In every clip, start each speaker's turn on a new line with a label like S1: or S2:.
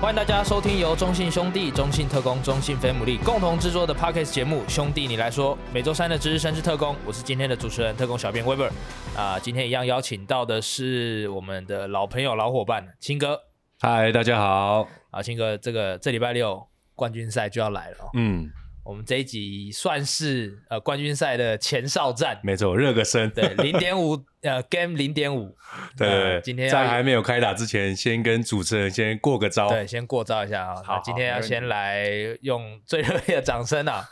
S1: 欢迎大家收听由中信兄弟、中信特工、中信飞姆利共同制作的 Podcast 节目《兄弟你来说》，每周三的值日生是特工，我是今天的主持人特工小编 Weber。啊、今天一样邀请到的是我们的老朋友、老伙伴青哥
S2: 嗨，大家好。
S1: 啊，青哥，这个这礼拜六冠军赛就要来了、哦，
S2: 嗯，
S1: 我们这一集算是呃冠军赛的前哨战，
S2: 没错，热个身。
S1: 对，零点五呃 game 零点五，
S2: 对对对，
S1: 今天要
S2: 在还没有开打之前，先跟主持人先过个招。
S1: 对，先过招一下啊。
S2: 好
S1: 那今天
S2: 好
S1: 要
S2: 没问题
S1: 先来用最热烈的掌声啊！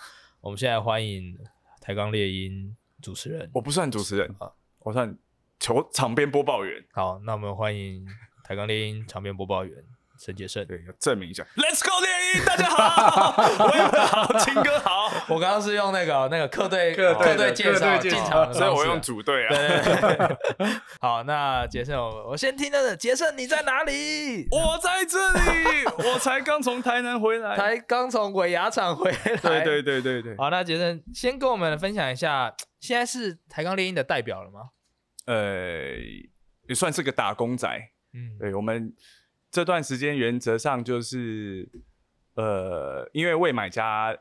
S1: 我们现在欢迎台钢猎鹰主持人。
S3: 我不算主持人
S1: 啊，
S3: 我算球场边播报员。
S1: 好，那我们欢迎台钢猎鹰场边播报员沈杰胜。
S3: 对，要证明一下。Let's go 猎鹰，大家好，我也好，青哥好，
S1: 我刚刚是用那个那个客队
S2: 客队的
S1: 队介
S2: 客
S1: 绍
S2: 队介
S1: 进
S2: 绍
S1: 场的方式啊，
S3: 所以我用组队
S1: 对。
S3: 啊。
S1: 对对对好，那杰胜，我我先听到的，杰胜你在哪里？
S3: 我在这里，我才刚从台南回来。
S1: 才刚从尾牙厂回来。
S3: 对对对对对，
S1: 好，那杰森先跟我们分享一下，现在是台钢猎鹰的代表了吗？
S3: 呃，也算是个打工仔。
S1: 嗯，
S3: 对我们这段时间原则上就是，呃，因为魏买家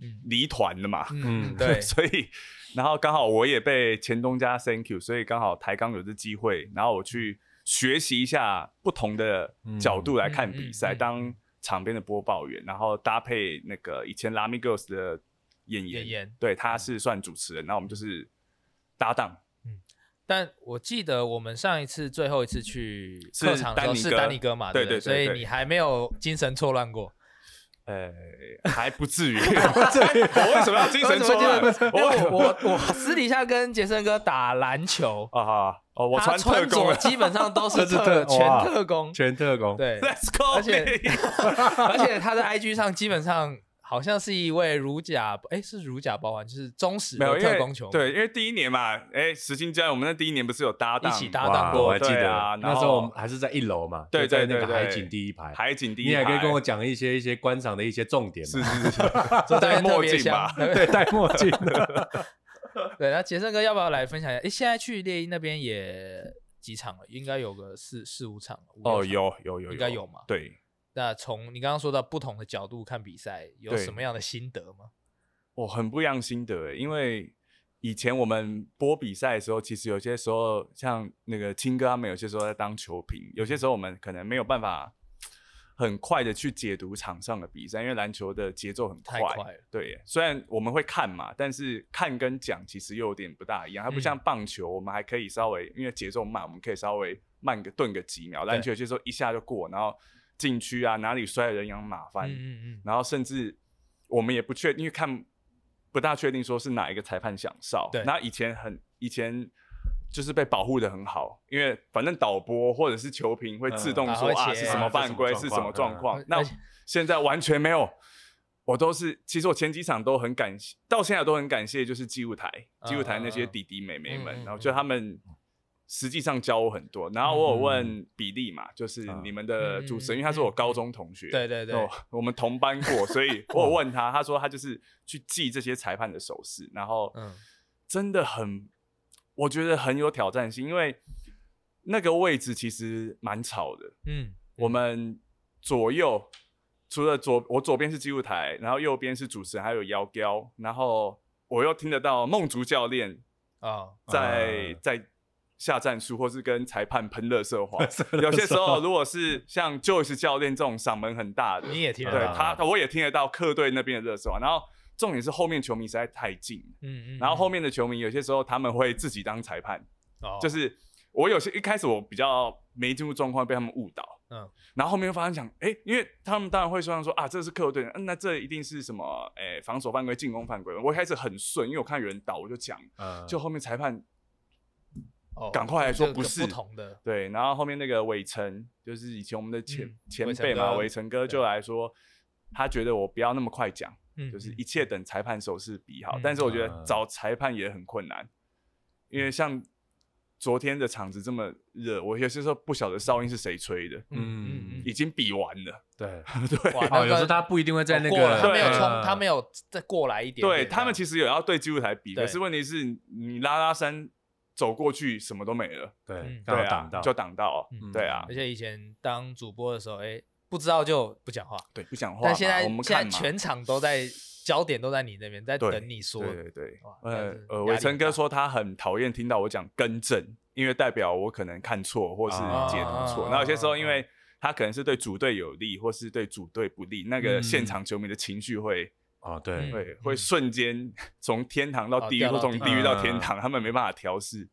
S1: 嗯
S3: 离团了嘛，，
S1: 嗯，
S2: 嗯
S1: 对
S3: 所以然后刚好我也被前东家 thank you，所以刚好台钢有这机会，然后我去学习一下不同的角度来看比赛，
S1: 嗯嗯嗯嗯
S3: 当场边的播报员，然后搭配那个以前拉米 girls 的演员，
S1: 演员嗯
S3: 对，他是算主持人，那我们就是搭档，
S1: 但我记得我们上一次最后一次去
S3: 是
S1: 客场的时候
S3: 丹尼
S1: 是
S3: 哥
S1: 丹尼哥嘛，
S3: 对
S1: 不
S3: 对对
S1: 所以
S3: 对
S1: 你还没有精神错乱过。
S3: 呃，还 不至于， 我为什么要精神错乱？
S1: 为什么精神因为
S3: 我
S1: 我我我私底下跟杰森哥打篮球，
S3: 啊哈哦，我
S1: 他
S3: 穿特
S1: 穿
S3: 工
S1: 着
S3: 了
S1: 基本上都是
S2: 这是
S1: 特
S2: 特
S1: 全
S2: 哇
S1: 特工，
S2: 全特工，
S1: 对，
S3: ，Let's go，
S1: 而且而且他的 IG 上基本上好像是一位如假，哎，是如假包换，就是忠实
S3: 没有
S1: 的
S3: 因为
S1: 呃特工球迷，
S3: 对，因为第一年嘛，哎，石金佳，我们那第一年不是有搭档
S1: 一起搭
S2: 哇，
S1: 档过
S2: 我还记
S3: 对
S2: 得
S3: 啊
S2: 那
S3: 然后
S2: 时候我们还是在一楼嘛，
S3: 对
S2: 就在
S3: 对
S2: 那个
S3: 对对
S2: 海景第一排。
S3: 海景第一
S2: 你
S3: 排，
S2: 也可以跟我讲一些一些观赏的一些重点
S3: 是
S2: 嘛，
S3: 是是，
S1: 这
S3: 戴
S1: 边特
S3: 墨
S1: 别
S3: 镜
S1: 香
S3: 吧，
S1: 对
S2: 对，戴墨镜的。
S1: 对，那杰森哥要不要来分享一下？哎，现在去猎鹰那边也几场了，应该有个四四五场了。五六
S3: 哦，
S1: 场。
S3: 有有有，
S1: 应该有嘛
S3: 对，
S1: 那从你刚刚说到不同的角度看比赛，有
S3: 对
S1: 什么样的心得吗？
S3: 我很不一样心得欸，因为以前我们播比赛的时候，其实有些时候像那个青哥他们有些时候在当球评，有些时候我们可能没有办法很快的去解读场上的比赛，因为篮球的节奏很
S1: 太
S3: 快。
S1: 快了，
S3: 对耶，虽然我们会看嘛，但是看跟讲其实又有点不大一样。它不
S1: 嗯
S3: 像棒球，我们还可以稍微因为节奏慢，我们可以稍微慢个顿个几秒。篮球有些时候一下就过，然后禁区啊哪里摔得人仰马翻，
S1: 嗯嗯嗯，
S3: 然后甚至我们也不确定，因为看不大确定说是哪一个裁判响哨。
S1: 对
S3: 那以前很以前就是被保护的很好，因为反正导播或者是球评会自动
S1: 嗯
S3: 说、
S1: 啊
S3: 啊
S1: 会
S3: 是
S1: 切
S3: 什么犯规，
S2: 啊
S3: 是
S2: 是
S3: 什
S2: 什
S3: 么
S2: 么
S3: 状
S2: 状
S3: 况。
S2: 况
S1: 嗯
S3: 那
S1: 而且
S3: 现在完全没有。我都是，其实我前几场都很感谢，到现在都很感谢，就是记录台、
S1: 嗯
S3: 记录台那些
S1: 嗯嗯
S3: 弟弟妹妹们，
S1: 嗯嗯
S3: 然后
S1: 嗯
S3: 就他们实际上教我很多。然后我有问比利嘛，就是
S2: 嗯
S3: 你们的主持人，
S1: 嗯嗯嗯
S3: 因为他是我
S1: 嗯
S3: 高中同学，
S1: 对对对
S3: 哦，我们同班过，所以我有问他，他说他就是去记这些裁判的手势，然后
S1: 嗯
S3: 真的很，我觉得很有挑战性，因为那个位置其实蛮吵的，
S1: 嗯，
S3: 我们左右除了左我左边是记录台，然后右边是主持人，还有姚彪，然后我又听得到梦竹教练
S1: 啊，
S3: 在
S2: 啊
S3: 在下战术，或是跟裁判喷热色话。 有些时候，如果是像 Joyce 教练这种嗓门很大的，
S1: 你也听得
S3: 对
S1: 到，啊
S3: 他，我也听得到客队那边的热色话。然后重点是后面球迷实在太近，
S1: 嗯嗯，
S3: 然后后面的球迷有些时候他们会自己当裁判，
S1: 哦
S3: 就是我有些一开始我比较没进入状况，被他们误导。
S1: 嗯
S3: 嗯，然后后面又发现讲，哎、因为他们当然会说说啊，这是客队，嗯、那这一定是什么？哎、防守犯规、进攻犯规。我一开始很顺，因为我看有人倒，我就讲，
S2: 嗯
S3: 就后面裁判
S1: 哦
S3: 赶快来说
S1: 这个
S3: 不是
S1: 不同的，
S3: 对，然后后面那个伟成，就是以前我们的前、
S1: 嗯
S3: 前
S1: 伟成
S3: 辈嘛，
S1: 哥
S3: 伟成哥就来说，他觉得我不要那么快讲，
S1: 嗯，
S3: 就是一切等裁判手势比好。
S1: 嗯
S3: 但是我觉得
S2: 啊
S3: 找裁判也很困难，因为像昨天的场子这么热，我有些时候不晓得哨音是谁吹的，
S2: 嗯
S3: 已经比完了。
S2: 对，
S3: 对
S1: 嗯哇，
S2: 哦，
S1: 那
S2: 有时候
S1: 个
S2: 他不一定会在那
S1: 哦过
S2: 个，
S1: 了他
S2: 嗯
S1: 没有
S3: 对
S1: 冲，他没有再过来一点
S3: 嗯对
S1: 点这样。
S3: 他们其实有要对记录台比，
S1: 对
S3: 可是问题是你拉拉山走过去什么都没了，
S2: 对
S1: 嗯，
S2: 刚
S3: 对
S2: 好
S3: 啊
S2: 挡到，
S3: 就挡到，
S1: 嗯
S3: 对啊
S1: 而且以前当主播的时候，哎，不知道就不讲话。
S3: 对，不讲话嘛。
S1: 但现在
S3: 我们
S1: 现在
S3: 看嘛。
S1: 全场都在焦点都在你那边，在
S3: 对
S1: 等你说。
S3: 对对对
S1: 哇，
S3: 呃
S1: 真的是
S3: 呃，
S1: 压力
S3: 伟成
S1: 很
S3: 哥
S1: 大
S3: 说他很讨厌听到我讲更正，因为代表我可能看错或是
S2: 啊
S3: 解读错。
S1: 啊
S3: 那有些时
S1: 啊
S3: 候，
S1: 啊
S3: 因为他可能是对主队有利，或是对主队不利，那个
S1: 嗯
S3: 现场球迷的情绪会
S2: 哦，对
S1: 嗯，
S3: 会会瞬间 从天堂到
S1: 哦
S3: 地狱，
S1: 掉
S3: 或
S1: 到
S3: 从
S1: 地狱
S3: 地狱
S2: 嗯
S3: 到天堂，他们没办法调试。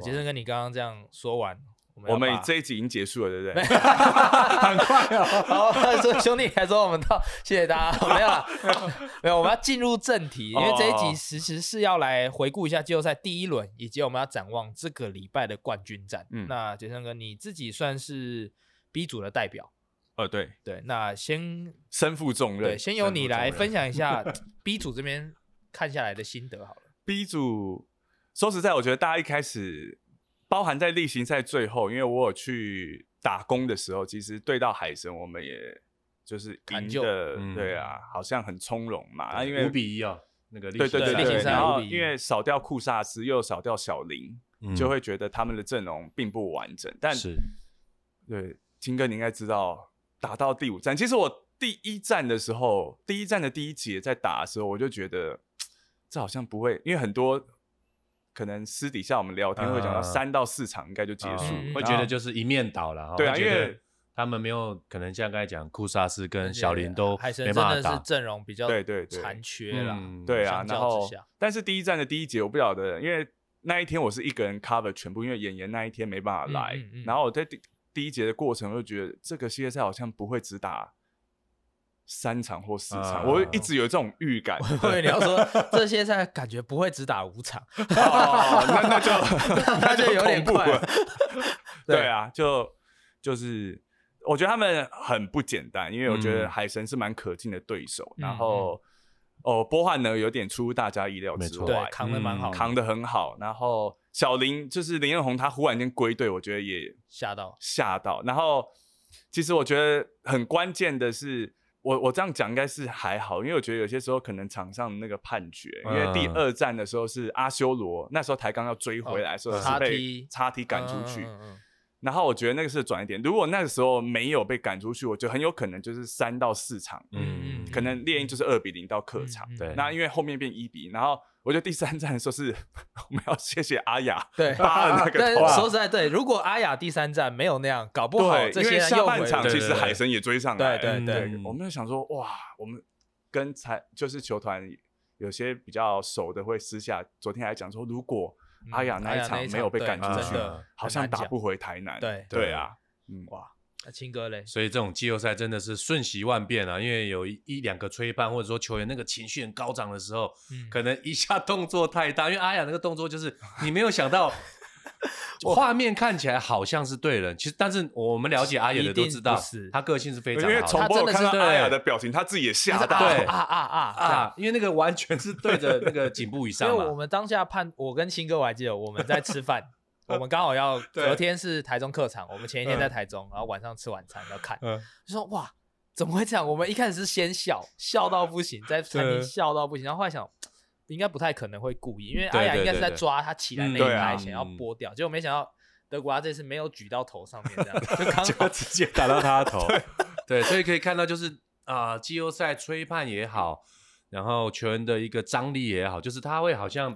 S1: 杰森跟你刚刚这样说完，我们
S3: 我
S1: 我
S3: 们 这一集已经结束了，对不对？
S1: 很快哦。好，所以兄弟还说我们到，谢谢大家。没有啦，没有，我们要进入正题，因为这一
S3: 哦哦
S1: 集其
S3: 哦
S1: 实是要来回顾一下季后赛第一轮，以及我们要展望这个礼拜的冠军战。
S3: 嗯
S1: 那杰森哥，你自己算是 B 组的代表，
S3: 呃，对，
S1: 哦对，那先
S3: 身负重任
S1: 对，。先由你来
S2: 身负重任
S1: 分享一下 B 组这边看下来的心得好了。
S3: B 组，说实在，我觉得大家一开始包含在例行赛最后，因为我有去打工的时候，其实对到海神，我们也就是
S1: 砍
S3: 赢
S1: 就
S3: 的，
S2: 嗯
S3: 对啊，好像很从容嘛，啊，因为
S2: 五比一哦，那个
S3: 对对对
S1: 对例行赛
S3: 然
S1: 五
S3: 后
S1: 比一
S3: 因为少掉库萨斯，又少掉小林，
S2: 对
S3: 就会觉得他们的阵容并不完整。但
S2: 嗯是
S3: 对，金哥你应该知道，打到第五站，其实我第一站的时候，第一站的第一节在打的时候，我就觉得这好像不会，因为很多可能私底下我们聊天会讲到
S2: 嗯
S3: 三到四场应该就结束，
S1: 嗯
S2: 哦会
S3: 然
S2: 觉
S3: 后
S2: 得就是一面倒了哈。
S3: 对啊
S2: 会觉得
S3: 因为
S2: 他们没有可能像刚才讲库萨斯跟小林都
S1: 海神
S2: 没
S1: 真
S2: 办法
S1: 的
S2: 打
S1: 是，阵容比较
S3: 对对对
S1: 残缺啦。
S2: 嗯
S3: 对啊
S1: 相，较
S3: 然后
S1: 之下
S3: 但是第一站的第一节我不晓得，因为那一天我是一个人 cover 全部，因为演员那一天没办法来，
S1: 嗯嗯嗯
S3: 然后我在第第一节的过程我就觉得这个系列赛好像不会只打。三场或四场，
S1: 嗯
S2: 啊
S3: 我一直有这种预感。
S1: 我以为你要说这些赛感觉不会只打五场，
S3: 哦，那那就
S1: 那
S3: 那
S1: 就有点
S3: 恐怖
S1: 快。
S3: 了对
S1: 对
S3: 啊，就就是我觉得他们很不简单，因为我觉得
S2: 嗯
S3: 海神是蛮可敬的对手，
S1: 嗯
S3: 然后哦波汉呢有点出乎大家意料
S2: 没
S3: 之
S2: 错
S1: 对
S3: 外，，
S1: 扛的蛮好的，
S3: 扛得很好。然后小林就是林彦宏，他忽然间归队，我觉得也
S1: 吓到，
S3: 吓到。然后其实我觉得很关键的是。我我这样讲应该是还好，因为我觉得有些时候可能场上那个判决，因为第
S2: 嗯
S3: 二战的时候是阿修罗，那时候台钢要追回来，
S1: 哦
S3: 所以
S1: 叉
S3: 是被
S1: T
S3: 叉 T 赶出去。
S1: 嗯嗯嗯
S3: 然后我觉得那个是转折点，如果那个时候没有被赶出去，我觉得很有可能就是三到四场，
S1: 嗯嗯
S3: 可能猎鹰就是二比零到客场。
S1: 嗯嗯
S2: 对
S3: 那因为后面变一比，然后我觉得第三站的时候是 我们要谢谢阿雅，
S1: 对，
S3: 扒了那个
S1: 但
S3: 头
S1: 说实在，对，如果阿雅第三站没有那样，搞不好
S3: 对，
S1: 这
S3: 因
S1: 些
S3: 为
S1: 人
S3: 下
S1: 又
S3: 半
S1: 回
S3: 场
S1: 了
S2: 对
S3: 其
S2: 对
S3: 实
S2: 对
S3: 海神也追上来，
S1: 对
S3: 嗯
S1: 对
S2: 对
S3: 我们就想说，哇，我们跟才就是球团有些比较熟的会私下昨天还讲说，如果
S1: 嗯
S3: 阿雅那
S1: 阿
S3: 一
S1: 雅
S3: 场
S1: 那一
S3: 没有被
S1: 场
S3: 赶出
S1: 对
S3: 去
S1: 真的，
S3: 好像
S1: 很难
S3: 打
S1: 讲
S3: 不回台南，
S1: 对
S3: 对啊，嗯哇，
S1: 那青哥嘞，
S2: 所以这种季后赛真的是瞬息万变啊，因为有一一两个吹判，或者说球员那个情绪很高涨的时候，
S1: 嗯
S2: 可能一下动作太大，因为阿雅那个动作就是你没有 想到，画面看起来好像是对人，其实但是我们了解阿雅
S1: 一
S2: 的
S1: 定
S2: 都知道
S1: 不是，
S2: 他个性是非
S3: 因
S2: 常
S3: 为
S2: 好
S3: 从
S2: 的。
S3: 播我
S1: 他真的
S3: 看
S1: 是
S3: 到阿雅
S2: 对
S3: 的表情，他自己也吓
S1: 啊
S3: 到，
S2: 对
S1: 啊啊啊啊！
S2: 啊，因为那个完全是对着那个颈部
S1: 因
S2: 以
S1: 为
S2: 上
S1: 我
S2: 嘛，
S1: 们当下判，我跟青哥我还记得我们在吃饭，我们刚好要
S2: 对
S1: 昨天是台中客场，我们前一天在
S3: 嗯
S1: 台中，然后晚上吃晚餐要看，
S2: 嗯
S1: 就说哇，怎么会这样？我们一开始是先笑，笑到不行，在餐厅
S2: 对
S1: 笑到不行，然后后来想。应该不太可能会故意，因为
S2: 对
S1: 阿雅
S2: 对
S1: 应该
S2: 对
S1: 是在
S2: 对
S1: 抓他起来那
S3: 嗯
S1: 一
S3: 对
S1: 拍，
S3: 啊
S1: 想要
S2: 嗯
S1: 拨掉，结果没想到德国他这次没有举到头上面，这样就刚好
S2: 就直接打到他的头。 对，所以可以看到就是啊、季后赛吹判也好，然后球员的一个张力也好，就是他会好像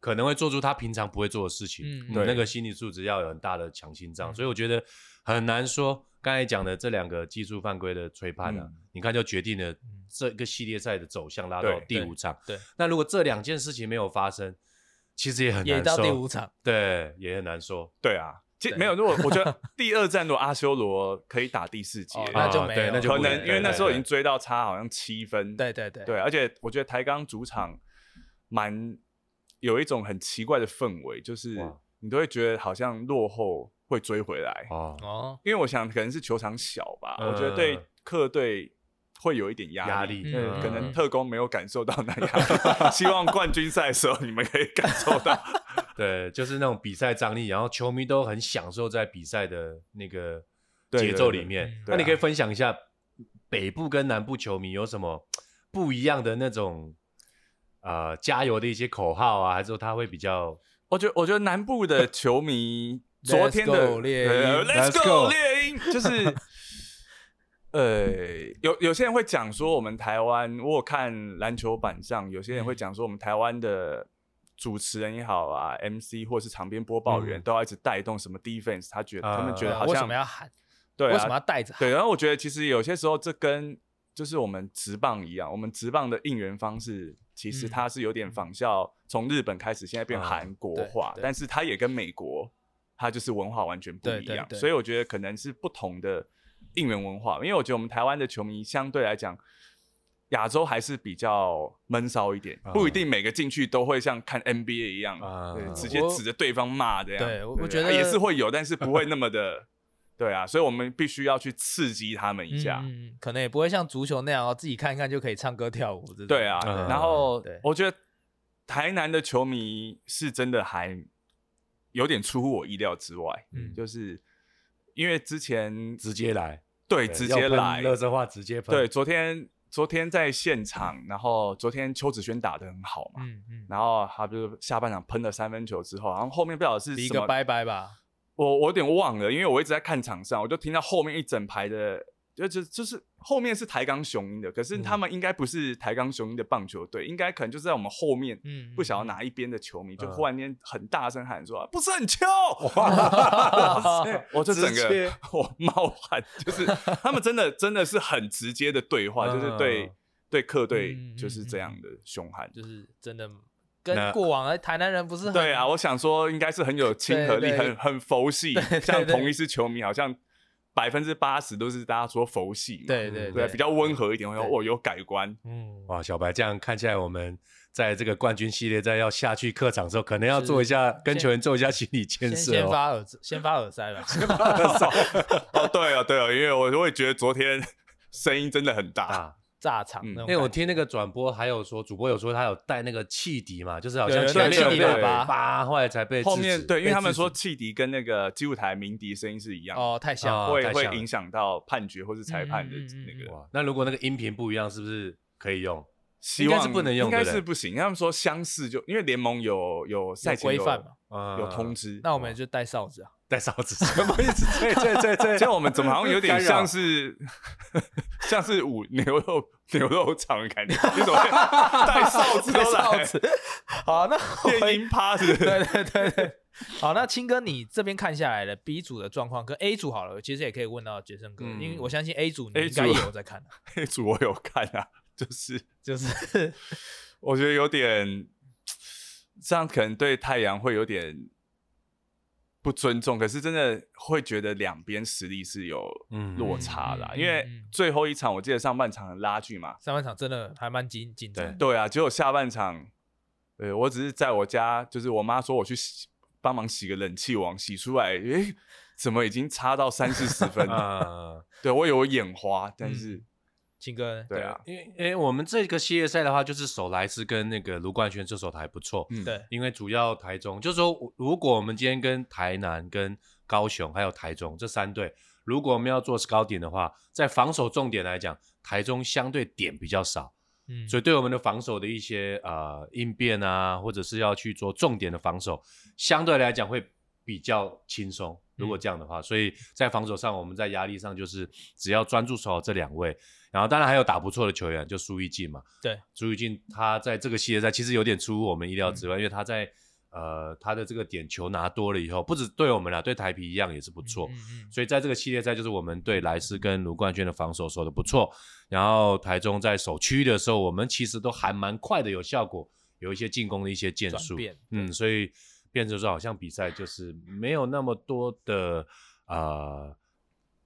S2: 可能会做出他平常不会做的事情，
S1: 嗯
S2: 嗯
S1: 对
S2: 那个心理素质要有很大的强心脏，
S1: 嗯
S2: 所以我觉得很难说。刚才讲的这两个技术犯规的吹判呢、啊，
S3: 嗯
S2: 你看就决定了这个系列赛的走向拉到
S3: 对
S2: 第五场。
S1: 嗯对对
S2: 那如果这两件事情没有发生，其实也很难说。
S1: 也到第五场，
S2: 对，也很难说。
S3: 对啊，其实
S1: 对
S3: 没有，如果我觉 得第二站如果阿修罗可以打第四节
S1: 哦，那就
S2: 啊
S1: 没
S2: 对
S1: 有
S2: 那就
S3: 可
S2: 不
S3: 能
S2: 对
S3: 因为那
S2: 对
S3: 时候已
S2: 对
S3: 经追到差好像七分，
S1: 对对对，
S3: 对，而啊且我觉得台钢主场蛮有一种很奇怪的氛围，就是
S2: 哇
S3: 你都会觉得好像落后会追回来，
S2: 哦，
S1: 哦，
S3: 因为我想可能是球场小吧，
S2: 嗯
S3: 我觉得对客队会有一点压
S2: 压
S3: 力。
S2: 力，
S1: 嗯
S3: 可能
S1: 嗯
S3: 特工没有感受到那样， 希望冠军赛的时候你们可以感受到。
S2: 对，就是那种比赛张力，然后球迷都很享受在比赛的那个
S3: 对对
S2: 节奏
S3: 对
S2: 里面
S1: 嗯。
S2: 那
S3: 对
S2: 你
S3: 啊
S2: 可以分享一下北部跟南部球迷有什么不一样的那种呃加油的一些口号啊，还是说他会比较
S3: 我觉得，我觉得南部的球迷
S1: Let's
S3: 昨天的
S1: go，猎鹰
S3: 呃
S2: Let's
S3: Let's
S2: go
S3: go 猎鹰，就是 呃，有有些人会讲说，我们台湾，我有看篮球版上，有些人会讲说，我们台湾的主持人也好啊，MC 或是场边播报员、
S2: 嗯
S3: 都要一直带动什么 defense，他觉得、他们觉
S2: 对
S3: 得
S1: 啊
S3: 好
S1: 为
S3: 像
S1: 什么要喊？
S3: 对、啊、
S1: 为什么要带着喊？
S3: 对，然后我觉得其实有些时候这跟就是我们职棒一样，我们职棒的应援方式其实
S1: 嗯
S3: 它是有点仿效从日本开始，现在变
S2: 啊
S3: 韩国
S1: 对
S3: 化，
S1: 对
S3: 但是它也跟美国它就是文化完全不
S1: 对
S3: 一
S1: 对
S3: 样，
S1: 对
S3: 所以我觉得可能是不同的应援文化，因为我觉得我们台湾的球迷相对来讲。亚洲还是比较闷骚一点，不一
S2: 啊
S3: 定每个进去都会像看 NBA 一样，
S2: 啊
S3: 对，直
S1: 我
S3: 接指着对方骂这样。啊
S1: 对我我觉得
S3: 也是会有，但是不会那么的，对啊，所以我们必须要去刺激他们一下。
S1: 嗯，嗯嗯可能也不会像足球那样哦，自己看一看就可以唱歌跳舞这种。
S3: 对啊，
S2: 嗯
S3: 然后
S1: 对
S3: 我觉得台南的球迷是真的还有点出乎我意料之外，
S1: 嗯
S3: 就是因为之前
S2: 直接来，
S3: 对
S2: 对
S3: 直
S2: 要
S3: 接
S2: 喷
S3: 来，
S2: 乐色话直接喷，
S3: 对，昨天昨天在现场，然后昨天邱子轩打的很好嘛，
S1: 嗯嗯，
S3: 然后他就是下半场喷了三分球之后，然后后面不晓得是
S1: 第一
S3: 什
S1: 个
S3: 么
S1: 拜拜吧。
S3: 我我有点忘了，因为我一直在看场上，我就听到后面一整排的，就就就是后面是台钢雄鹰的，可是
S1: 嗯
S3: 他们应该不是台钢雄鹰的棒球队，应该可能就是在我们后面，
S1: 嗯，嗯
S3: 不晓得
S1: 嗯
S3: 哪一边的球迷就
S2: 嗯
S3: 忽然间很大声喊说：“不是很球！”
S1: 哇
S3: 哇塞我就整
S2: 直接
S3: 个 我冒汗，就是他们真的真的是很直接的对话，就是对
S2: 嗯
S3: 对客队
S1: 嗯嗯
S3: 就是这样
S1: 嗯
S3: 的凶悍。
S1: 就是真的跟
S2: 那
S1: 过往的台南人不 是很
S3: 对啊，我想说应该是很有亲和力，
S1: 对对
S3: 很很佛系
S1: 对对，
S3: 像
S1: 对
S3: 同一支球迷好像百分之八十都是大家说佛系嘛，
S1: 对对
S2: 嗯
S3: 对，比啊较温和一点，会说
S1: 对
S3: 哦有改观，
S1: 嗯
S2: 哇，小白这样看起来，我们在这个冠军系列在要下去客场的时候，可能要做一下
S1: 是
S2: 跟球员做一下心理建
S1: 先
S2: 设
S1: 先
S2: 哦。
S1: 发耳先发耳 塞吧，
S3: 哦对哦对哦，因为我我也觉得昨天声音真的很大，
S2: 啊，
S1: 炸场
S3: 嗯
S1: 那
S2: 因为
S1: 种
S2: 我
S1: 感觉。
S2: 听那个转播，还有说主播有说他有带那个汽笛嘛，就是好像
S1: 对
S2: 前
S3: 对
S2: 面有
S3: 对
S2: 被
S3: 对
S2: 叭叭，后来才被
S3: 后
S2: 制
S3: 面
S2: 止
S3: 对，因为
S2: 被
S3: 他们
S2: 制
S3: 说
S2: 止
S3: 汽笛跟那个基舞台鸣笛声音是一样的，
S1: 哦，太像
S2: 啊
S1: 了，
S3: 会
S2: 太
S3: 会
S2: 像了
S3: 影响到判决或是裁判的
S1: 嗯嗯嗯嗯
S3: 那个。
S2: 哇，那如果那个音频不一样，是不是可以用？
S3: 希望
S2: 应该是不能用
S3: 应该
S2: 对不对
S3: 是不行。他们说相似就因为联盟有有赛前
S1: 规
S3: 有
S1: 范嘛，
S2: 啊
S3: 有通知。嗯
S1: 那我们也就带哨子 啊，
S2: 带哨子， 什么意思？对对对对，
S3: 这样我们怎么好像有点
S2: 干扰
S3: 像是 像是舞牛肉 牛肉肠的感觉？你怎么会带哨 子
S1: 带
S3: 都
S1: 哨
S3: 来
S1: 子。好，那我们
S3: 电音趴是不是？
S1: 对对对对。好，那青哥，你这边看下来的 B 组的状况跟 A 组好了，其实也可以问到杰森哥，
S2: 嗯
S1: 因为我相信 A 组你
S3: A
S1: 应该也
S3: 组
S1: 有在看、啊，
S3: 那组我有看啊，就是
S1: 就是
S3: 我觉得有点这样，可能对太阳会有点不尊重，可是真的会觉得两边实力是有
S2: 嗯
S3: 落差啦。
S1: 嗯嗯
S3: 因为
S1: 嗯
S3: 最后一场我记得上半场很拉锯嘛，
S1: 上半场真的还蛮紧紧张的，
S3: 对啊，结果下半场，呃，我只是在我家，就是我妈说我去洗，帮忙洗个冷气网，洗出来，诶，怎么已经差到三四十 分了？
S2: 啊，
S3: 对我有眼花，但是、
S1: 嗯青哥，
S3: 对啊，
S2: 因为因为我们这个系列赛的话，就是手来是跟那个卢冠轩这手的还不错，
S3: 嗯
S1: 对，
S2: 因为主要台中，就是说，如果我们今天跟台南、跟高雄还有台中这三队，如果我们要做高点的话，在防守重点来讲，台中相对点比较少，
S1: 嗯，
S2: 所以对我们的防守的一些呃应变啊，或者是要去做重点的防守，相对来讲会比较轻松。如
S1: 嗯
S2: 果这样的话，所以在防守上，我们在压力上就是只要专注守好这两位，然后当然还有打不错的球员，就苏一进嘛。
S1: 对，
S2: 朱雨静他在这个系列赛其实有点出乎我们意料
S1: 嗯
S2: 之外，因为他在呃他的这个点球拿多了以后，不止对我们啦，对台皮一样也是不
S1: 不
S2: 错。
S1: 嗯嗯
S2: 所以在这个系列赛，就是我们对莱斯跟卢冠轩的防守守的不错，然后台中在守区域的时候，我们其实都还蛮快的有效果，有一些进攻的一些建
S1: 转
S2: 树。
S1: 变
S2: 嗯，所以变成说好像比赛就是没有那么多的呃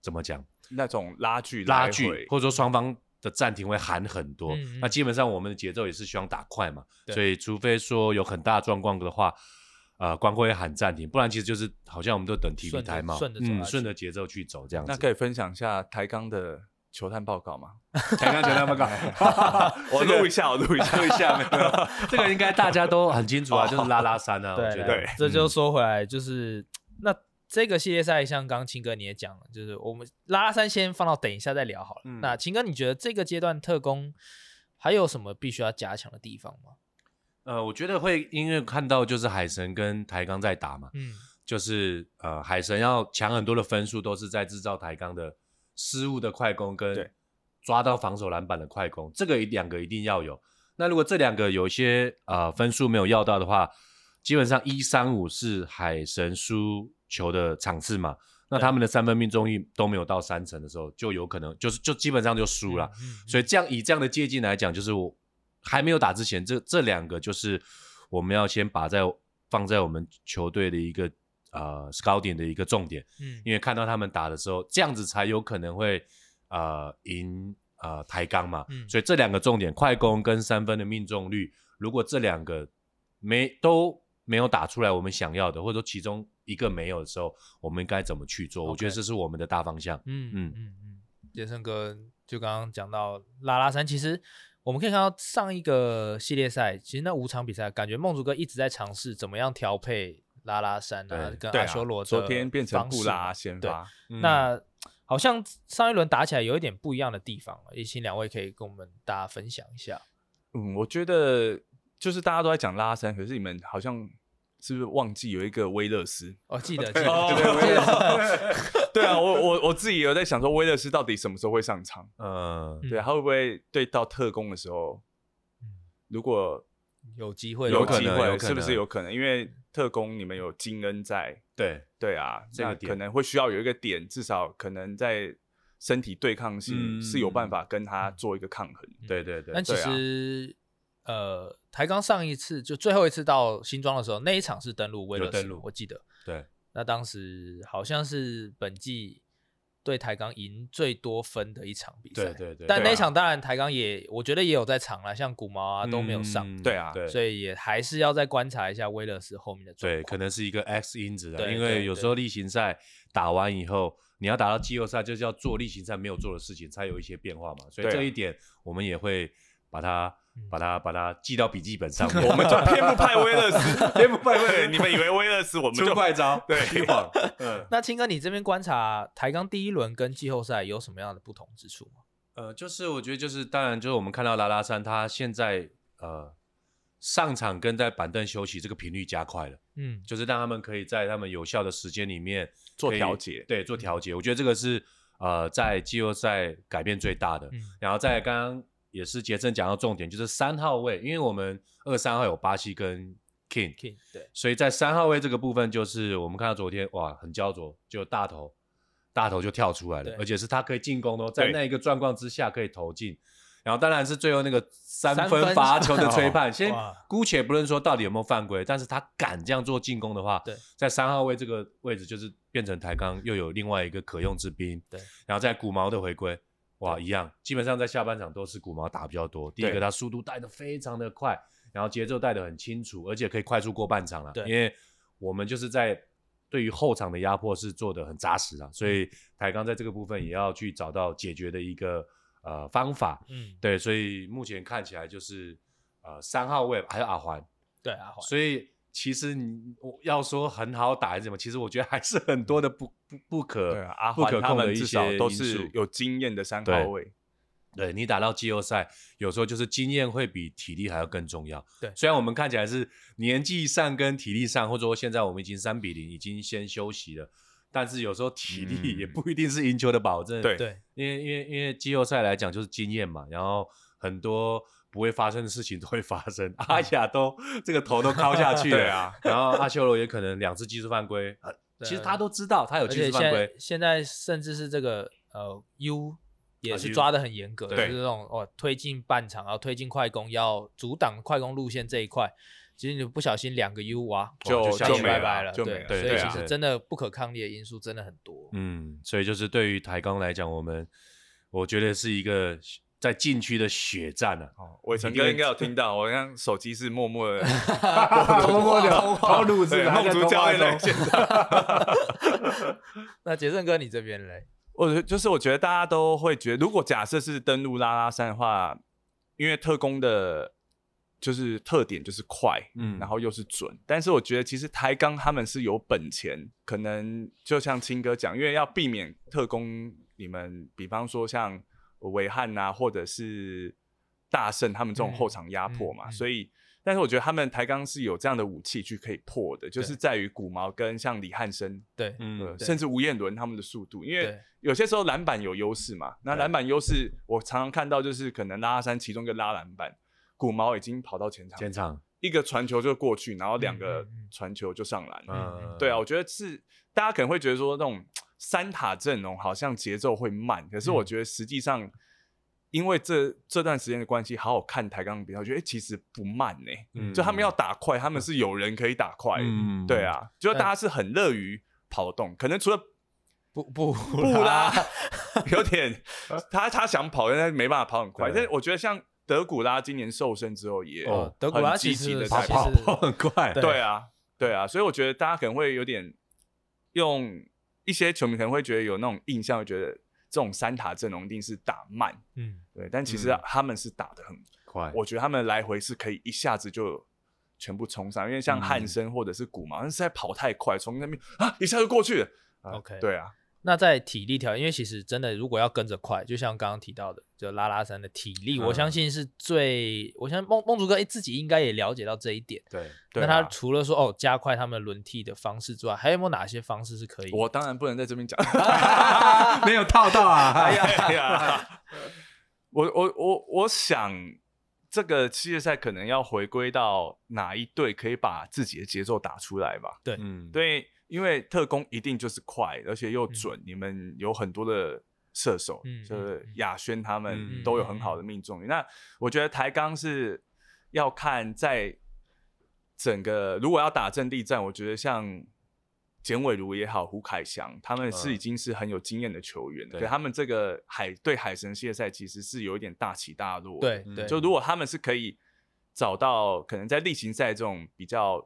S2: 怎么讲
S3: 那种拉锯
S2: 拉
S3: 来
S2: 锯
S3: 回，
S2: 或者说双方的暂停会喊很多。
S1: 嗯嗯
S2: 那基本上我们的节奏也是希望打快嘛，
S1: 对
S2: 所以除非说有很大状况的话，呃，光会喊暂停，不然其实就是好像我们都等 TV
S1: 顺着
S2: 台嘛，
S1: 顺着走下
S2: 嗯，
S1: 去
S2: 顺着节奏去走这样子。
S3: 那可以分享一下台钢的球探报告吗？，
S2: 台钢球探报告
S3: 我
S2: 这个
S3: 录一下，我录一下，录一下，没有。
S2: 这个应该大家都很清楚 啊，就是拉拉山啊，我觉
S1: 对
S2: 得
S3: 对
S1: 这就说回来，就是那这个系列赛，像刚刚秦哥你也讲了，就是我们拉拉山先放到等一下再聊好了。
S2: 嗯
S1: 那秦哥，你觉得这个阶段特工还有什么必须要加强的地方吗？
S2: 呃，我觉得会因为看到就是海神跟台钢在打嘛，
S1: 嗯，
S2: 就是呃海神要抢很多的分数，都是在制造台钢的失误的快攻跟
S3: 对
S2: 抓到防守篮板的快攻，这个一两个一定要有。那如果这两个有一些呃分数没有要到的话，基本上一三五是海神输球的场次嘛，那他们的三分命中率都没有到三成的时候，就有可能就是就基本上就输了。
S1: 嗯
S2: 所以这样以这样的借鉴来讲，就是我还没有打之前，这这两个就是我们要先把在放在我们球队的一个呃 scouting 的一个重点，
S1: 嗯，
S2: 因为看到他们打的时候，这样子才有可能会呃赢呃抬杠嘛。
S1: 嗯
S2: 所以这两个重点，快攻跟三分的命中率，如果这两个没都没有打出来我们想要的，或者说其中一个没有的时候，我们该怎么去做？我觉得
S3: OK
S2: 这是我们的大方向。
S1: 嗯嗯
S2: 嗯
S1: 嗯嗯，杰森哥就刚刚讲到拉拉山，其实我们可以看到上一个系列赛，其实那五场比赛，感觉梦竹哥一直在尝试怎么样调配拉拉山啊，
S2: 对
S1: 跟
S3: 对
S1: 阿
S3: 啊
S1: 修罗的
S3: 昨天变成
S1: 方式
S3: 布
S1: 嘛
S3: 拉先
S1: 对
S3: 发，
S2: 嗯
S1: 那好像上一轮打起来有一点不一样的地方，也请两位可以跟我们大家分享一下。
S3: 嗯，我觉得就是大家都在讲拉山，可是你们好像是不是忘记有一个威勒斯？
S1: 哦，记得记得，
S3: 哦对
S1: 记得
S3: 对啊，我我我自己有在想说，威勒斯到底什么时候会上场？
S2: 呃，
S1: 嗯
S3: 对，啊他会不会对到特工的时候，如果
S1: 有机会，
S2: 嗯有可
S3: 机
S2: 能有
S3: 会，
S2: 可
S3: 是不
S2: 能
S3: 是有可能？因为特工你们有金恩在，
S2: 对，
S3: 对啊，
S2: 这
S3: 那
S2: 个点
S3: 可能会需要有一个点，至少可能在身体对抗性
S2: 嗯
S3: 是有办法跟他做一个抗衡。
S2: 对对对
S1: 但。其
S3: 对啊
S1: 实、呃，台钢上一次就最后一次到新庄的时候，那一场是登陆威
S2: 有
S1: 勒斯，
S2: 登陆
S1: 我记得。
S2: 对，
S1: 那当时好像是本季对台钢赢最多分的一场比赛。
S2: 对对对
S1: 但
S3: 对
S1: 那
S3: 啊
S1: 场当然台钢也，我觉得也有在场啦，像古毛啊都没有上，
S2: 嗯
S3: 对啊
S2: 对，
S1: 所以也还是要再观察一下威勒斯后面的状
S2: 对，
S1: 况。
S2: 可能是一个 X 因子啊，
S1: 对
S2: 因
S1: 对
S2: 为有时候例行赛打完以后，你要打到季后赛，就是要做例行赛没有做的事情，才有一些变化嘛。所以
S3: 对啊
S2: 这一点我们也会把它
S1: 嗯、
S2: 把它、把它记到笔记本上面。
S3: 我们 就偏不派威勒 斯，偏不派威勒，你们以为威勒斯我们
S2: 出
S3: 就
S2: 快招，
S3: 对
S2: 一晃，嗯，
S1: 那青哥，你这边观察台钢第一轮跟季后赛有什么样的不同之处吗？
S2: 呃，就是我觉得就是，当然就是我们看到拉拉山他现在呃上场跟在板凳休息这个频率加快了。
S1: 嗯，
S2: 就是让他们可以在他们有效的时间里面
S3: 做
S2: 可以
S3: 调节嗯
S2: 对，做调节。我觉得这个是呃，在季后赛改变最大的。
S1: 嗯
S2: 然后在刚刚也是杰森讲到重点，就是三号位，因为我们二三号有巴西跟 King，
S1: King 对，
S2: 所以在三号位这个部分，就是我们看到昨天哇，很焦灼，就大头大头就跳出来了
S1: 对，
S2: 而且是他可以进攻的哦，在
S3: 对
S2: 那一个状况之下可以投进。然后当然是最后那个三
S1: 三分
S2: 分罚球的吹
S1: 哦
S2: 判，先
S1: 哇
S2: 姑且不论说到底有没有犯规，但是他敢这样做进攻的话
S1: 对，
S2: 在三号位这个位置就是变成台钢又有另外一个可用之兵。
S1: 对，
S2: 然后在古毛的回归，哇，一样，基本上在下半场都是古毛打比较多。第一
S3: 对
S2: 个他速度带的非常的快，然后节奏带的很清楚，而且可以快速过半场了。
S1: 对
S2: 因为我们就是在对于后场的压迫是做的很扎实啊，所
S3: 嗯
S2: 以台钢在这个部分也要去找到解决的一个呃方法。
S1: 嗯，
S2: 对，所以目前看起来就是呃三号位还有阿环，
S1: 对啊，
S2: 所以其实你我要说很好打还是什么，其实我觉得还是很多的不不不可
S3: 对啊，阿
S2: 不可
S3: 环他
S2: 控的
S3: 们
S2: 一
S3: 至
S2: 些
S3: 少都
S2: 因
S3: 是
S2: 素
S3: 有经验的三号
S2: 对
S3: 位，
S2: 对你打到季后赛，有时候就是经验会比体力还要更重要。
S1: 对
S2: 虽然我们看起来是年纪上跟体力上，或者说现在我们已经三比零，已经先休息了，但是有时候体力
S3: 嗯
S2: 也不一定是赢球的保证。
S3: 对
S1: 对，
S2: 因为因为因为季后赛来讲就是经验嘛，然后很多不会发生的事情都会发生。阿雅都这个头都敲下去 了
S3: 对啊，
S2: 然后阿修罗也可能两次技术犯规，呃
S1: 对啊
S2: 其实他都知道他有
S1: 而
S2: 技
S1: 且现
S2: 术犯
S1: 在
S2: 规，
S1: 现在甚至是这个呃 U 也
S2: 啊
S1: 是
S2: U
S1: 抓的很严格，就是
S3: 对
S1: 这种哦推进半场，然后推进快攻，要阻挡快攻路线这一块。其实你不小心两个 U 哇，
S3: 就
S1: 下
S2: 就
S1: 去
S2: 没
S1: 拜
S2: 了
S1: 拜了，
S3: 就
S1: 对
S3: 没了
S1: 所以
S2: 对
S1: 其
S2: 啊
S1: 实
S2: 对
S1: 真的不可抗力的因素真的很 多。
S2: 嗯，所以就是对于台钢来讲，我们我觉得是一个在禁区的血战啊。
S3: 哦，伟成
S2: 一定
S3: 哥
S2: 会
S3: 应该有听到，我刚手机是默默 的
S2: 通过
S1: 啊通话
S2: 通路
S3: 对梦竹教练来现场。
S1: 那杰森哥你这边嘞？
S3: 我觉得就是我觉得大家都会觉得，如果假设是登陆拉拉山的话，因为特工的就是特点就是快，
S2: 嗯
S3: 然后又是准。但是我觉得其实台钢他们是有本钱，可能就像青哥讲，因为要避免特工，你们比方说像维汉啊，或者是大圣他们这种后场压迫嘛，
S1: 嗯嗯嗯
S3: 所以但是我觉得他们台钢是有这样的武器去可以破的，就是在于古毛跟像李汉生，
S1: 对
S2: 嗯
S3: 呃，
S1: 对
S3: 甚至吴彦伦他们的速度，因为
S1: 对
S3: 有些时候篮板有优势嘛。那
S2: 对
S3: 篮板优势，我常常看到就是可能拉山其中一个拉篮板，古毛已经跑到前场，
S2: 前场，
S3: 一个传球就过去，然后两
S1: 嗯
S3: 个
S1: 嗯嗯
S3: 传球就上篮。
S2: 嗯，
S3: 对啊，我觉得是大家可能会觉得说那种三塔阵容好像节奏会慢，可是我
S1: 嗯
S3: 觉得实际上因为这这段时间的关系，好好看台钢比赛，我觉得、诶其实不慢呢、
S2: 嗯
S3: 就他们要打快，他们是有人可以打快的，
S2: 嗯
S3: 对啊，就
S1: 但
S3: 大家是很乐于跑动，可能除了
S1: 不不
S3: 布拉 有点他他想跑，但是没办法跑很快，
S2: 对
S3: 但是我觉得像德古拉今年受伤之后也
S1: 哦德古拉
S3: 很积
S1: 其实
S3: 极的
S1: 其
S2: 跑
S1: 实
S2: 跑跑很快，
S1: 对
S3: 对啊，对啊，所以我觉得大家可能会有点用一些球迷可能会觉得有那种印象，会觉得这种三塔阵容一定是打慢，
S1: 嗯，
S3: 对，但其实
S2: 嗯
S3: 他们是打的很，
S2: 快，
S3: 我觉得他们来回是可以一下子就全部冲上，因为像汉
S2: 嗯
S3: 森或者是古毛，那是在跑太快，从那边啊一下就过去了。啊
S1: OK
S3: 对啊，
S1: 那在体力条件，因为其实真的如果要跟着快，就像刚刚提到的，就拉拉山的体力，我
S2: 嗯
S1: 相信是最，我相信梦梦竹哥哎自己应该也了解到这一点。
S2: 对，
S3: 对
S1: 那
S3: 啊
S1: 他除了说哦加快他们轮替的方式之外，还有没有哪些方式是可以？
S3: 我当然不能在这边讲。
S2: 没有套到啊，
S3: 哎呀哎呀， 我我我我想这个系列赛可能要回归到哪一队可以把自己的节奏打出来吧？
S2: 嗯，
S3: 对，因为特工一定就是快，而且又准，你们有很多的。射手，
S1: 嗯
S3: 就是
S1: 嗯嗯
S3: 亚轩他
S2: 嗯
S3: 们都有很好的命中率。那我觉得台钢是要看在整个，如果要打阵地战，我觉得像简伟如也好，胡凯翔他们是
S2: 嗯
S3: 已经是很有经验的球员了，
S2: 对
S3: 可他们这个海对海神系列赛其实是有一点大起大落的。
S1: 对
S2: 嗯
S1: 对，
S3: 就如果他们是可以找到可能在例行赛这种比较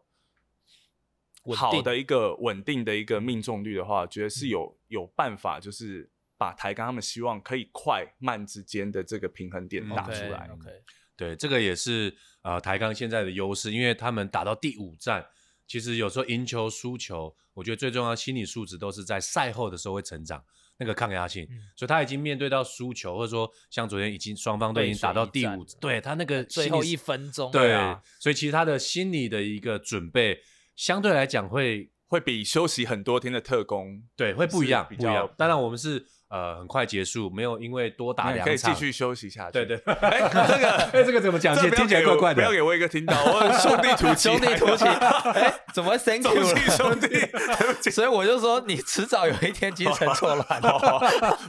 S1: 稳
S3: 好
S1: 定
S3: 的一个稳定的一个命中率的话，我觉得
S2: 嗯
S3: 是有有办法，就是把台钢他们希望可以快慢之间的这个平衡点
S2: 嗯
S3: 打出来。
S1: OK，
S2: 对，这个也是呃台钢现在的优势，因为他们打到第五战，其实有时候赢球输球，我觉得最重要的心理素质都是在赛后的时候会成长那个抗压性，
S1: 嗯
S2: 所以他已经面对到输球，或者说像昨天已经双方都已经打到第
S1: 背水
S2: 五
S1: 一战，
S2: 对他那个
S1: 最
S2: 心
S1: 后
S2: 理
S1: 一分钟，
S2: 对，
S1: 啊，
S2: 所以其实他的心理的一个准备，相对来讲会
S3: 会比休息很多天的特工，
S2: 对会不一样，
S3: 是比
S2: 不一样
S3: 较。
S2: 当然我们是呃很快结束，没有因为多打
S3: 你
S2: 两
S3: 可以
S2: 场
S3: 继续休息下去。
S2: 对对，
S3: 哎，这个
S2: 哎这个怎么讲
S3: 这个
S2: 其实听起来
S3: 不要给我
S2: 怪怪的
S3: 不要给我一个听到，我兄弟图气，
S1: 兄弟 图情，哎，怎么会 thank
S3: 走
S1: you
S3: 进兄
S1: 了？
S3: 弟，对不起。
S1: 所以我就说，你迟早有一天精神错 乱。
S3: 好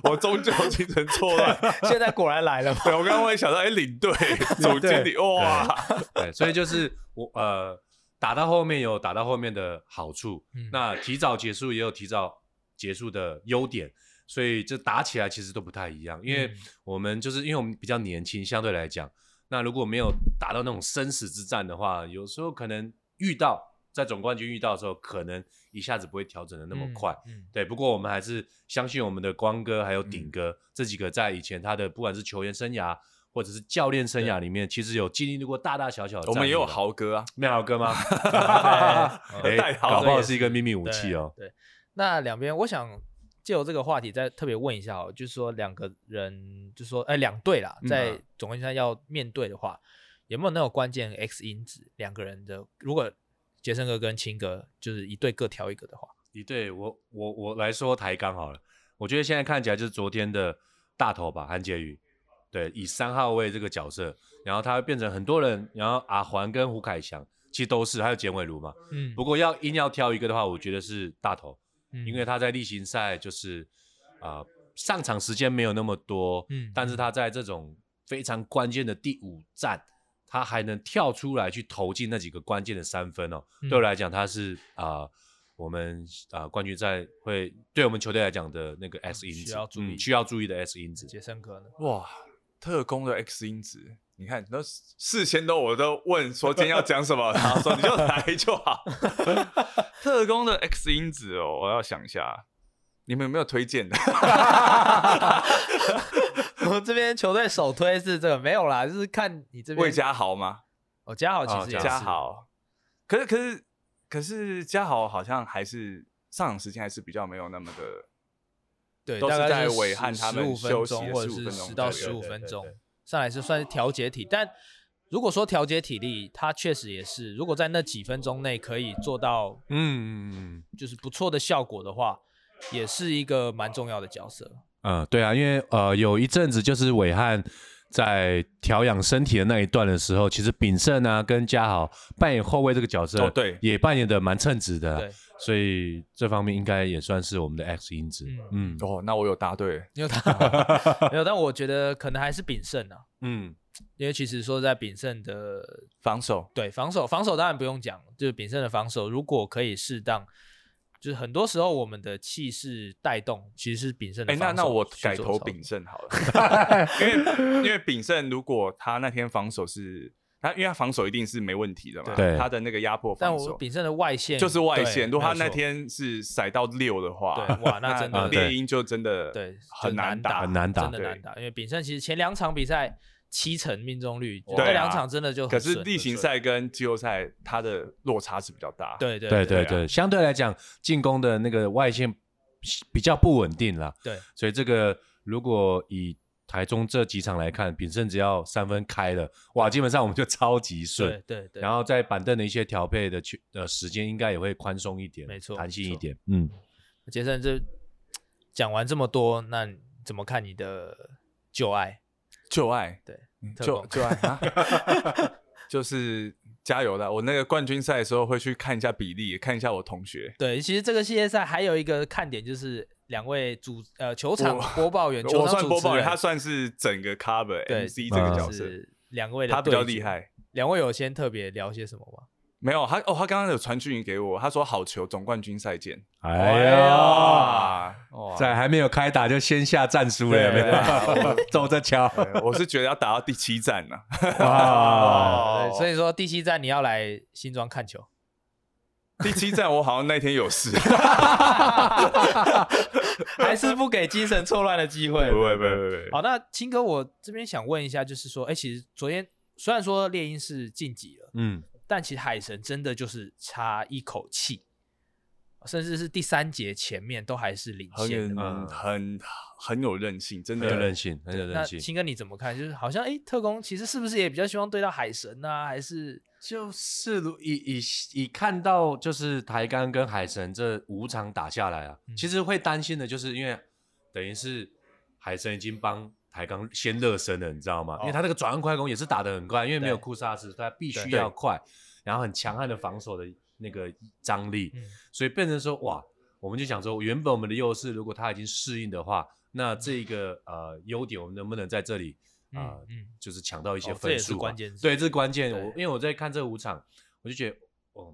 S3: 我终究精神错乱。
S1: 现在果然来了嘛，
S3: 对，我刚刚我也想到，哎、领 队、总经理，哇，
S2: 对，所以就是我呃打到后面有打到后面的好处，
S1: 嗯
S2: 那提早结束也有提早结束的优点，所以这打起来其实都不太一样，因为
S1: 嗯
S2: 我们就是因为我们比较年轻，相对来讲，那如果没有打到那种生死之战的话，有时候可能遇到在总冠军遇到的时候，可能一下子不会调整的那么快。
S1: 嗯，嗯
S2: 对，不过我们还是相信我们的光哥还有顶哥、这几个在以前他的不管是球员生涯或者是教练生涯里面，其实有经历过大大小小的战役的。
S3: 我们也有豪哥啊，
S2: 妙豪 哥吗？
S1: 对
S2: 哎，
S3: 豪
S2: 搞不好
S1: 也
S2: 是一个秘密武器哦。
S1: 对，对那两边我想借由这个话题再特别问一下哦，就是说两个人，就是说哎两队啦，
S3: 嗯
S2: 啊
S1: 在总冠军赛要面对的话，有没有那种关键 X 因子？两个人的如果杰森哥跟青哥就是一队各挑一个的话，
S2: 一对我我我来说台钢好了，我觉得现在看起来就是昨天的大头吧，韩杰宇，对，以三号位这个角色，然后他会变成很多人，然后阿环跟胡凯翔其实都是，还有简伟儒嘛。
S1: 嗯
S2: 不过要硬要挑一个的话，我觉得是大头，因为
S1: 他
S2: 他在例行赛就是啊、呃上场时间没有那么多，
S1: 嗯
S2: 但是他在这种非常关键的第五战，他还能跳出来去投进那几个关键的三分哦。
S1: 嗯
S2: 对我来讲，他是啊、呃我们啊、呃冠军赛会对我们球队来讲的那个 S 因子，
S1: 啊需要注意
S2: 嗯需要注意的 S 因子。
S1: 杰森哥呢？
S3: 哇，特工的 X 因子，你看，那事先都我都问说今天要讲什么，然后说 你就来就好。特工的 X 因子哦，我要想一下，你们有没有推荐 的？
S1: 我们这边球队首推是这个没有啦，就是看你这边
S3: 魏嘉豪吗？
S1: 哦嘉豪
S2: 哦
S1: 其实也
S2: 嘉
S1: 是
S3: 嘉豪，可是可是可是嘉豪好像还是上场时间还是比较没有那么的。
S1: 对，
S3: 都
S1: 大
S3: 是
S1: 概
S3: 在
S1: 是
S3: 伟
S1: 十
S3: 汉
S1: 15
S3: 他们
S1: 分
S3: 休息
S1: 钟
S3: 的
S1: 或者
S3: 15
S1: 是
S3: 分钟
S1: 十到
S3: 左右
S1: 十五
S2: 对
S1: 分
S2: 对
S1: 钟
S2: 对
S1: 上来是算是调节体，但如果说调节体力，他确实也是，如果在那几分钟内可以做到
S2: 嗯嗯嗯
S1: 就是不错的效果的话，也是一个蛮重要的角色。
S2: 嗯，对啊，因为呃，有一阵子就是伟汉在调养身体的那一段的时候，其实炳胜啊跟嘉豪扮演后卫这个角色，
S3: 哦对
S2: 也扮演的蛮称职的啊，
S1: 对，
S2: 所以这方面应该也算是我们的 X 因子。嗯
S3: 哦，那我有答对了，
S1: 因为 他没有，但我觉得可能还是炳胜啊，
S2: 嗯
S1: 因为其实说实在炳胜的
S3: 防守
S1: 对防守，防守当然不用讲，就是炳胜的防守，如果可以适当，就是很多时候我们的气势带动其实是炳胜的
S3: 哎、
S1: 防守
S3: 那
S1: 去做操
S3: 那
S1: 作。
S3: 我改投炳胜好 了， 因为因为炳胜如果他那天防守是他，因为他防守一定是没问题的嘛，
S2: 对
S3: 他的那个压迫
S1: 但
S3: 防
S1: 我
S3: 守
S1: 炳胜的外线
S3: 就是外
S1: 对
S3: 线。如果他
S1: 没有
S3: 那
S1: 错
S3: 天是塞到六的话，
S1: 对哇 那真的
S2: 啊对
S3: 猎鹰就真的
S1: 对
S3: 很
S1: 难
S3: 难打，
S2: 很难打
S1: 真的难打，因为炳胜其实前两场比赛七成命中率，就
S3: 对啊
S1: 那两场真的就很
S3: 可是
S1: 顺
S3: 例行，赛跟季后赛它的落差是比较大，
S1: 很顺，对对
S2: 对
S1: 对
S2: 对对，相对来讲，进攻的那个外线比较不稳定啦，
S1: 对，
S2: 所以这个如果以台中这几场来看，炳胜只要三分开了，哇，基本上我们就超级顺
S1: 对。对对，
S2: 然后在板凳的一些调配的去呃时间，应该也会宽松一点，
S1: 没错
S2: 弹性
S1: 没
S2: 一
S1: 错
S2: 点。嗯，
S1: 杰森这讲完这么多，那你怎么看你的旧爱？
S3: 旧爱
S1: 对，特
S3: 旧
S1: 工
S3: 旧爱啊， 就是加油的。我那个冠军赛的时候会去看一下比例，看一下我同学。
S1: 对，其实这个系列赛还有一个看点就是两位主呃球场
S3: 我
S1: 播报 员，球
S3: 我
S1: 场
S3: 算
S1: 主
S3: 播
S1: 持
S3: 报员，
S1: 人，
S3: 他算是整个 cover
S1: 对
S3: MC 这个角色，
S1: 是两位的
S3: 他比较
S1: 对决
S3: 厉。害。
S1: 两位有先特别聊些什么吗？
S3: 没有他哦，他刚刚有传讯息给我，他说好球，总冠军赛见。
S2: 哎
S1: 哎
S2: 呀，
S3: 哇哇
S2: 在还没有开打就先下战书了，有没
S3: 对
S2: 有？ 走 着瞧，
S3: 对我是觉得要打到第七啊站呢、
S2: 哇！
S1: 对所以说第七站你要来新庄看 球，
S3: 第七站我好像那天 有事，
S1: 还是不给精神错乱的机会？
S3: 不会不会不会，
S1: 好，那青哥，我这边想问一下，就是说，哎、其实昨天虽然说猎鹰是晋级了，
S2: 嗯，
S1: 但其实海神真的就是差一口气，甚至是第三节前面都还是领
S3: 很
S1: 先的。
S3: 有
S2: 嗯
S3: 很很有韧性，真的
S2: 很有韧性，很有
S1: 那
S2: 韧性。
S1: 青哥你怎么看？就是好像哎、特工其实是不是也比较希望对到海神呢、还是
S2: 就是如以以以看到就是台钢跟海神这五场打下来啊，
S1: 嗯
S2: 其实会担心的，就是因为等于是海神已经帮台钢先热身了，你知道吗？
S1: 哦
S2: 因为他那个转换快攻也是打得很快，因为没有
S1: 对
S2: 库萨斯，他必须
S1: 对
S2: 要快，然后很强悍的防守的那个张力，
S1: 嗯
S2: 所以变成说哇，我们就想说，原本我们的优势如果他已经适应的话，那这个呃优点我们能不能在这里
S1: 嗯
S2: 啊、呃
S1: 嗯
S2: 就是抢到一些
S1: 哦这也
S2: 分
S1: 是
S2: 数、啊
S1: 关键字
S2: 对，这是关键。
S1: 对
S2: 我因为我在看这五场，我就觉得，哦，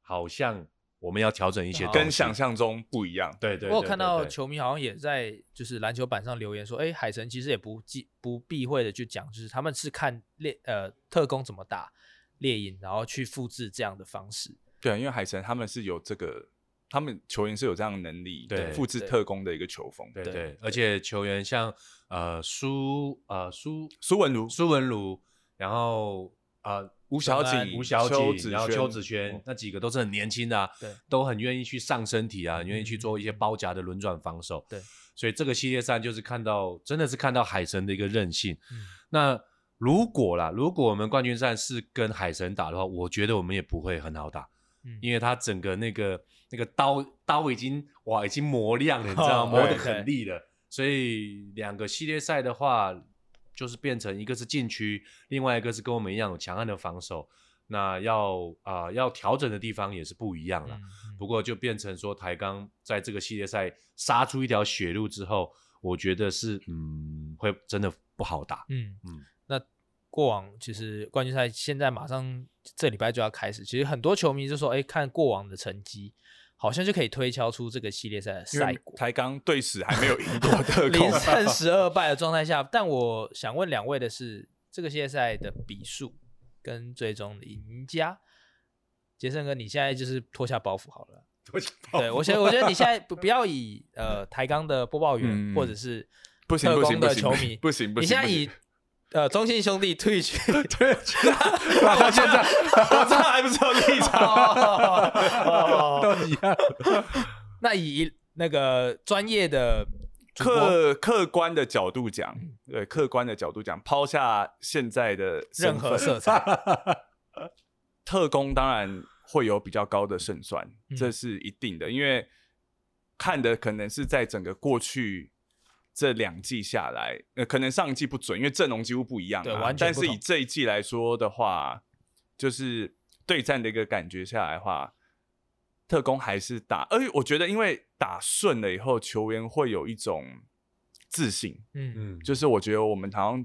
S2: 好像我们要调整一些
S1: 好
S2: 东
S3: 跟
S2: 西
S3: 想象中不一样。
S2: 对对对
S1: 我有看到
S2: 对对
S1: 球迷好像也在就是篮球板上留言说，哎、海神其实也不忌不避讳的去讲，就是他们是看猎呃特工怎么打猎鹰，然后去复制这样的方式。
S3: 对，啊因为海神他们是有这个，他们球员是有这样的能力，
S2: 对
S3: 复制
S1: 对
S3: 特工的一个球风。
S2: 对
S1: 对
S2: 对而且球员像呃苏呃苏
S3: 苏文如
S2: 苏文如，然后呃
S3: 吴小
S1: 陈安
S3: 景、
S2: 吴小
S3: 邱
S2: 景，
S3: 子
S2: 然后
S3: 轩哦
S2: 邱子轩、那几个都是很年轻的、啊，
S1: 对，
S2: 都很愿意去上身体啊，很愿意去做一些包夹的轮转防守。
S1: 嗯对，
S2: 所以这个系列赛就是看到，真的是看到海神的一个韧性。
S1: 嗯
S2: 那如果啦，如果我们冠军战是跟海神打的话，我觉得我们也不会很好打，
S1: 嗯
S2: 因为他整个那个那个刀刀已经哇已经磨亮了，你知道吗？磨
S1: 哦对
S2: 得很利了。所以两个系列赛的话，就是变成一个是禁区，另外一个是跟我们一样有强悍的防守。那要啊、要调整的地方也是不一样了。
S1: 嗯
S2: 不过就变成说台钢在这个系列赛杀出一条血路之后，我觉得是嗯会真的不好打。
S1: 嗯
S2: 嗯
S1: 那过往其实冠军赛现在马上这礼拜就要开始，其实很多球迷就说，哎、看过往的成绩，好像就可以推敲出这个系列赛的
S3: 因
S1: 赛
S3: 为
S1: 果。
S3: 台钢队史还没有赢 过特工
S1: 零， 胜十二败的状态下，但我想问两位的是，这个系列赛的比数跟最终的赢家，杰森哥，你现在就是脱下包袱好了。对我现在我觉得你现在不不要以呃台钢的播报员、
S3: 嗯
S1: 或者是
S3: 不行
S1: 特
S3: 不
S1: 工
S3: 行不
S1: 的
S3: 行，
S1: 球迷，
S3: 不行不行，
S1: 你现在
S3: 不行
S1: 以呃中信兄弟退去，
S3: 对， 那他现在我这还不知道立场，
S1: 哦都一样。那以那个专业的
S2: 主播
S3: 客客观的角度讲，对客观的角度讲，抛下现在的身
S1: 任何
S3: 份
S1: 色彩，
S3: 特工当然会有比较高的胜算，
S1: 嗯
S3: 这是一定的，因为看的可能是在整个过去这两季下来，呃，可能上一季不准，因为阵容几乎不一样、啊，
S1: 对完全
S3: 但
S1: 不
S3: 是以
S1: 同
S3: 这一季来说的话，就是对战的一个感觉下来的话，特工还是打，而且我觉得因为打顺了以后，球员会有一种自信，
S1: 嗯，
S2: 嗯，
S3: 就是我觉得我们好像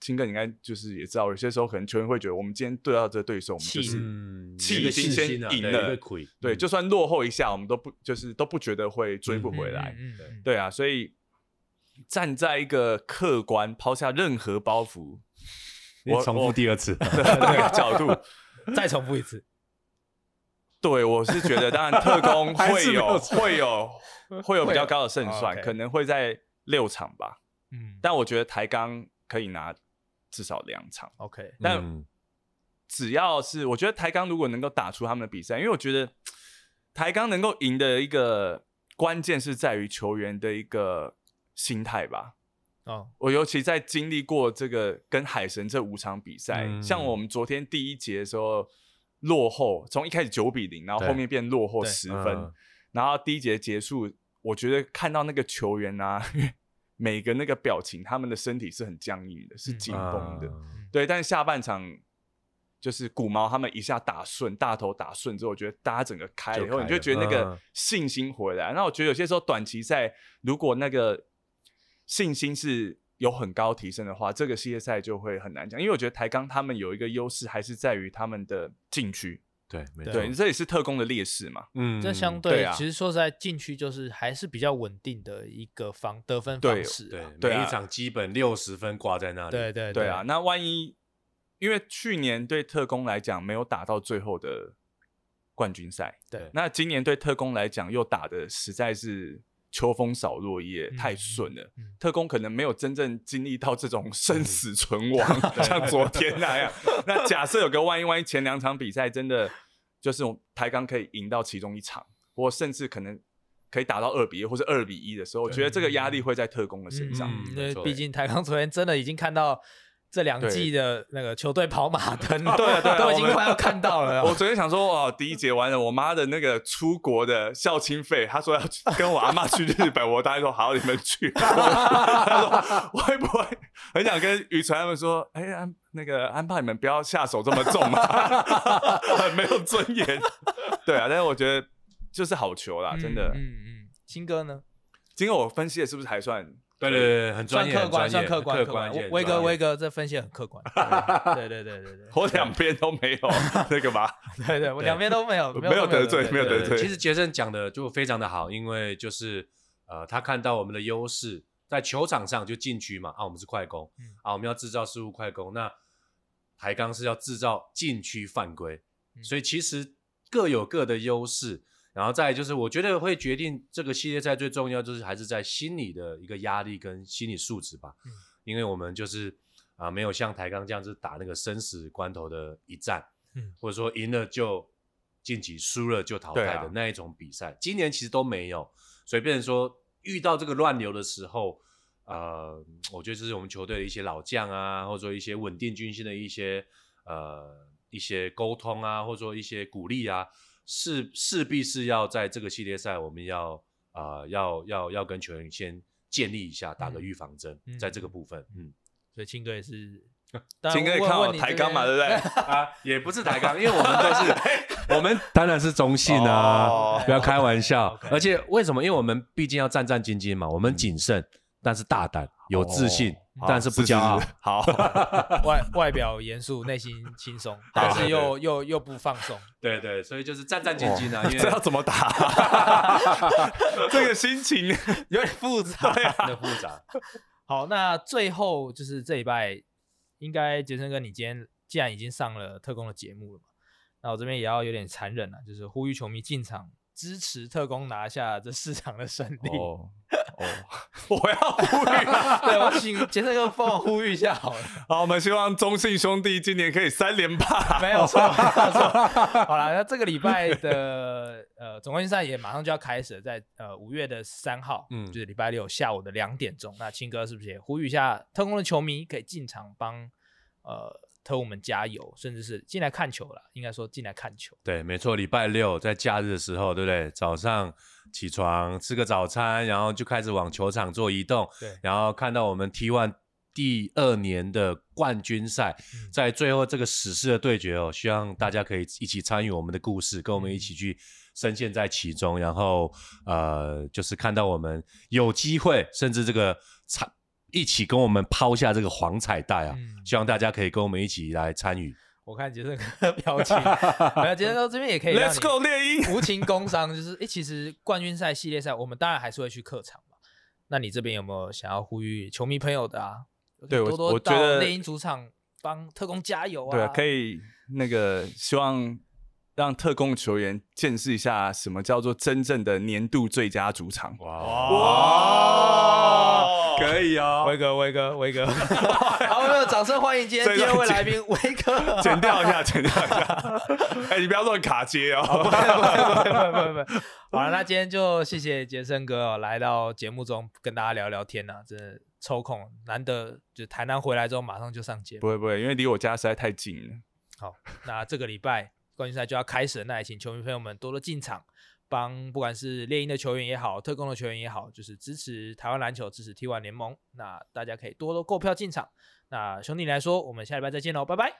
S3: 青哥你应该就是也知道，有些时候可能球员会觉得我们今天对到这个对手，我们就
S1: 气
S3: 是
S2: 嗯
S3: 气
S2: 有一个信
S3: 先
S2: 心啊
S3: 赢
S2: 对
S3: 了
S2: 有一个魁
S3: 对，
S2: 嗯
S3: 就算落后一下，我们都不就是都不觉得会追不回来。
S1: 嗯，嗯嗯
S3: 对啊，所以站在一个客观抛下任何包袱，
S2: 你
S3: 我
S2: 重
S3: 我
S2: 复第二次，
S3: 的那个角度，
S1: 嗯再重复一次，
S3: 对我是觉得，当然特工
S2: 还
S3: 会
S2: 是没
S3: 有
S2: 有
S3: 会有 会有比较高的胜
S1: 会有
S3: 算，
S1: 哦，OK
S3: 可能会在六场吧，
S1: 嗯，
S3: 但我觉得台钢可以拿至少两场。
S1: OK，
S3: 但
S2: 嗯
S3: 只要是我觉得台钢如果能够打出他们的比赛，因为我觉得台钢能够赢的一个关键是在于球员的一个心态吧。
S1: 哦，
S3: 我尤其在经历过这个跟海神这五场比赛，
S2: 嗯
S3: 像我们昨天第一节的时候落后，从一开始九比零，然后
S2: 对
S3: 后面变落后
S1: 对
S3: 十分，
S2: 嗯
S3: 然后第一节结束，我觉得看到那个球员啊， 每个那个表情，他们的身体是很僵硬的，是
S1: 嗯
S3: 紧绷的。
S2: 啊
S3: 对，但是下半场就是古毛他们一下打顺，大头打顺之后，我觉得大家整个开了以
S2: 就
S3: 后，
S2: 开
S3: 你就觉得那
S2: 了
S3: 个
S2: 嗯
S3: 信心回来。那我觉得有些时候短期赛如果那个信心是有很高提升的话，这个系列赛就会很难讲，因为我觉得台钢他们有一个优势，还是在于他们的禁区。
S2: 对，没错，
S3: 对，这也是特工的劣势嘛。
S2: 嗯
S1: 这相
S3: 对
S1: 对
S3: 啊
S1: 其实说实在，禁区就是还是比较稳定的一个防得分
S3: 对
S1: 方式
S2: 对
S1: 啊，
S3: 对
S2: 每
S3: 啊
S2: 一场基本六十分挂在那里，
S1: 对对
S3: 对啊，，那万一因为去年对特工来讲没有打到最后的冠军赛，
S1: 对
S3: 那今年对特工来讲又打的实在是秋风扫落叶，
S1: 嗯
S3: 太顺了。
S1: 嗯
S3: 特工可能没有真正经历到这种生死存 亡，像昨天那样。那假设有个万一，万一前两场比赛真的就是我们台钢可以赢到其中一场，或甚至可能可以打到二比一或者二比一的时候，我觉得这个压力会在特工的身上。
S1: 嗯因
S2: 没
S1: 为
S2: 错
S1: 毕竟台钢昨天真的已经看到这两
S3: 欸对
S1: 季的那个球队跑 马灯，
S3: 对啊对 啊
S1: 都已
S3: 我
S1: 经
S3: 们
S1: 快要看到了。
S3: 我昨天想说，哦，第一节完了，我妈的那个出国的校庆费，她说要去跟我阿妈去日本，我大概说好，你们 去。我她说我会不会很想跟宇纯他们说，哎、安那个安爸，你们不要下手这么重 嘛，很没有尊严。对啊，但是我觉得就是好球啦，
S1: 嗯
S3: 真的。
S1: 嗯嗯，新哥呢？
S3: 今天我分析的是不是还算
S2: 对对对，很专
S1: 算
S2: 业，
S1: 客
S2: 很
S1: 观，
S2: 专
S1: 算
S2: 业
S1: 客观，
S2: 客
S1: 客观。
S2: 也很
S1: 威哥，
S2: 专业
S1: 威哥，这分析很客 观。对对对对对
S3: 我两边都没 有那个吧？
S1: 对对 对，我两边都没有，
S3: 没有得罪没有
S2: 对
S3: 得罪
S2: 其实杰森讲的就非常的好，因为就是呃，他看到我们的优势在球场上就禁区嘛，啊，我们是快攻，
S1: 嗯
S2: 啊，我们要制造失误快攻，那台钢是要制造禁区犯规，
S1: 嗯
S2: 所以其实各有各的优势。然后再来就是，我觉得会决定这个系列赛最重要，就是还是在心理的一个压力跟心理素质吧。
S1: 嗯
S2: 因为我们就是啊、没有像台钢这样子打那个生死关头的一战，或者说赢了就晋级，输了就淘汰
S3: 嗯对
S2: 的
S3: 啊
S2: 那一种比赛，今年其实都没有，所以变成说遇到这个乱流的时候，呃，我觉得这是我们球队的一些老将啊，或者说一些稳定军心的一些呃一些沟通啊，或者说一些鼓励啊，势势必是要在这个系列赛我们要啊、呃要要要跟球员先建立一下，打个
S1: 嗯
S2: 预防针，
S1: 嗯
S2: 在这个部分，嗯。
S1: 所以青哥也是，
S3: 青哥看我抬杠嘛，对不对？
S2: 啊，也不是抬杠，因为我们都是我们当然是中性啊，
S3: 哦
S2: 不要开玩笑。
S1: OK
S2: 而且为什么？因为我们毕竟要战战兢兢嘛，我们谨慎，但是大胆，有自信，
S3: 好
S2: 但是不骄傲
S3: 哦啊是。 是好，
S1: 外外表严肃，内心轻松，但是又又又不放松。
S2: 对对，所以就是战战兢兢啊，因
S3: 这要
S2: 为
S3: 怎么打？ 这个心 情啊
S1: 有点复杂。
S2: 的复杂。
S1: 好，那最后就是这礼拜，应该杰森哥，你今天既啊然已经上了特工的节目了嘛，那我这边也要有点残忍了、就是呼吁球迷进场支持特工拿下这四场的胜利。
S3: 哦哦，我要呼 吁，
S1: 对我请杰森哥帮我呼吁一下好了。
S3: 好，我们希望中信兄弟今年可以三连 霸。
S1: 没有错，没有错。好了，那这个礼拜的呃总冠军赛也马上就要开始了，在呃五月的三号，嗯，
S2: 嗯
S1: 就是礼拜六下午的两点钟。那青哥是不是也呼吁一下特工的球迷可以进场帮呃特务们加油，甚至是进来看球了？应该说进来看球。
S2: 对，没错，礼拜六在假日的时候，对不对？早上起床吃个早餐，然后就开始往球场做移动，
S1: 对
S2: 然后看到我们 T1 第二年的冠军赛，
S1: 嗯
S2: 在最后这个史诗的对决哦，希望大家可以一起参与我们的故事，跟我们一
S1: 嗯
S2: 起去深陷在其中，然后呃，就是看到我们有机会，甚至这个参一起跟我们抛下这个黄彩带啊，
S1: 嗯
S2: 希望大家可以跟我们一起来参与。
S1: 我看杰森哥的表情， 没有杰森哥这边 也可以让
S3: Let's
S1: 你
S3: go 猎鹰，
S1: 无情工伤，就是哎、诶其实冠军赛、系列赛，我们当然还是会去客场嘛。那你这边有没有想要呼吁球迷朋友的啊？
S3: 对我
S1: 多多
S3: 我觉得
S1: 到猎鹰主场帮特工加油啊！
S3: 对啊，可
S1: 以，
S3: 以那个希望让特工球员见识一下什么叫做真正的年度最佳主场。
S2: 哇
S3: 哇，可以哦，
S1: 威哥，威哥，威哥， 好，我们掌声欢迎今天第二位来 宾威哥。
S3: 剪掉一下， 剪掉一下。哎，你不要乱卡接
S1: 不
S3: 哦。
S1: 会不会不会不会不会不会好了，那今天就谢谢杰森哥、哦、来到节目中跟大家聊聊天呐、啊，真的抽空难得就台南回来之后马上就上节目。
S3: 不会不会，因为离我家实在太近了。
S1: 好，那这个礼拜冠军赛就要开始了，那也请球迷朋友们多多进场，帮不管是猎鹰的球员也好，特工的球员也好，就是支持台湾篮球，支持 T1 联盟。那大家可以多多购票进场。那兄弟来说，我们下礼拜再见喽，拜拜。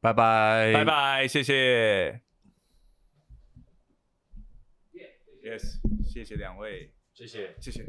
S2: 拜拜，
S3: 拜。拜，谢谢。Yes，谢谢两位，谢谢，谢谢。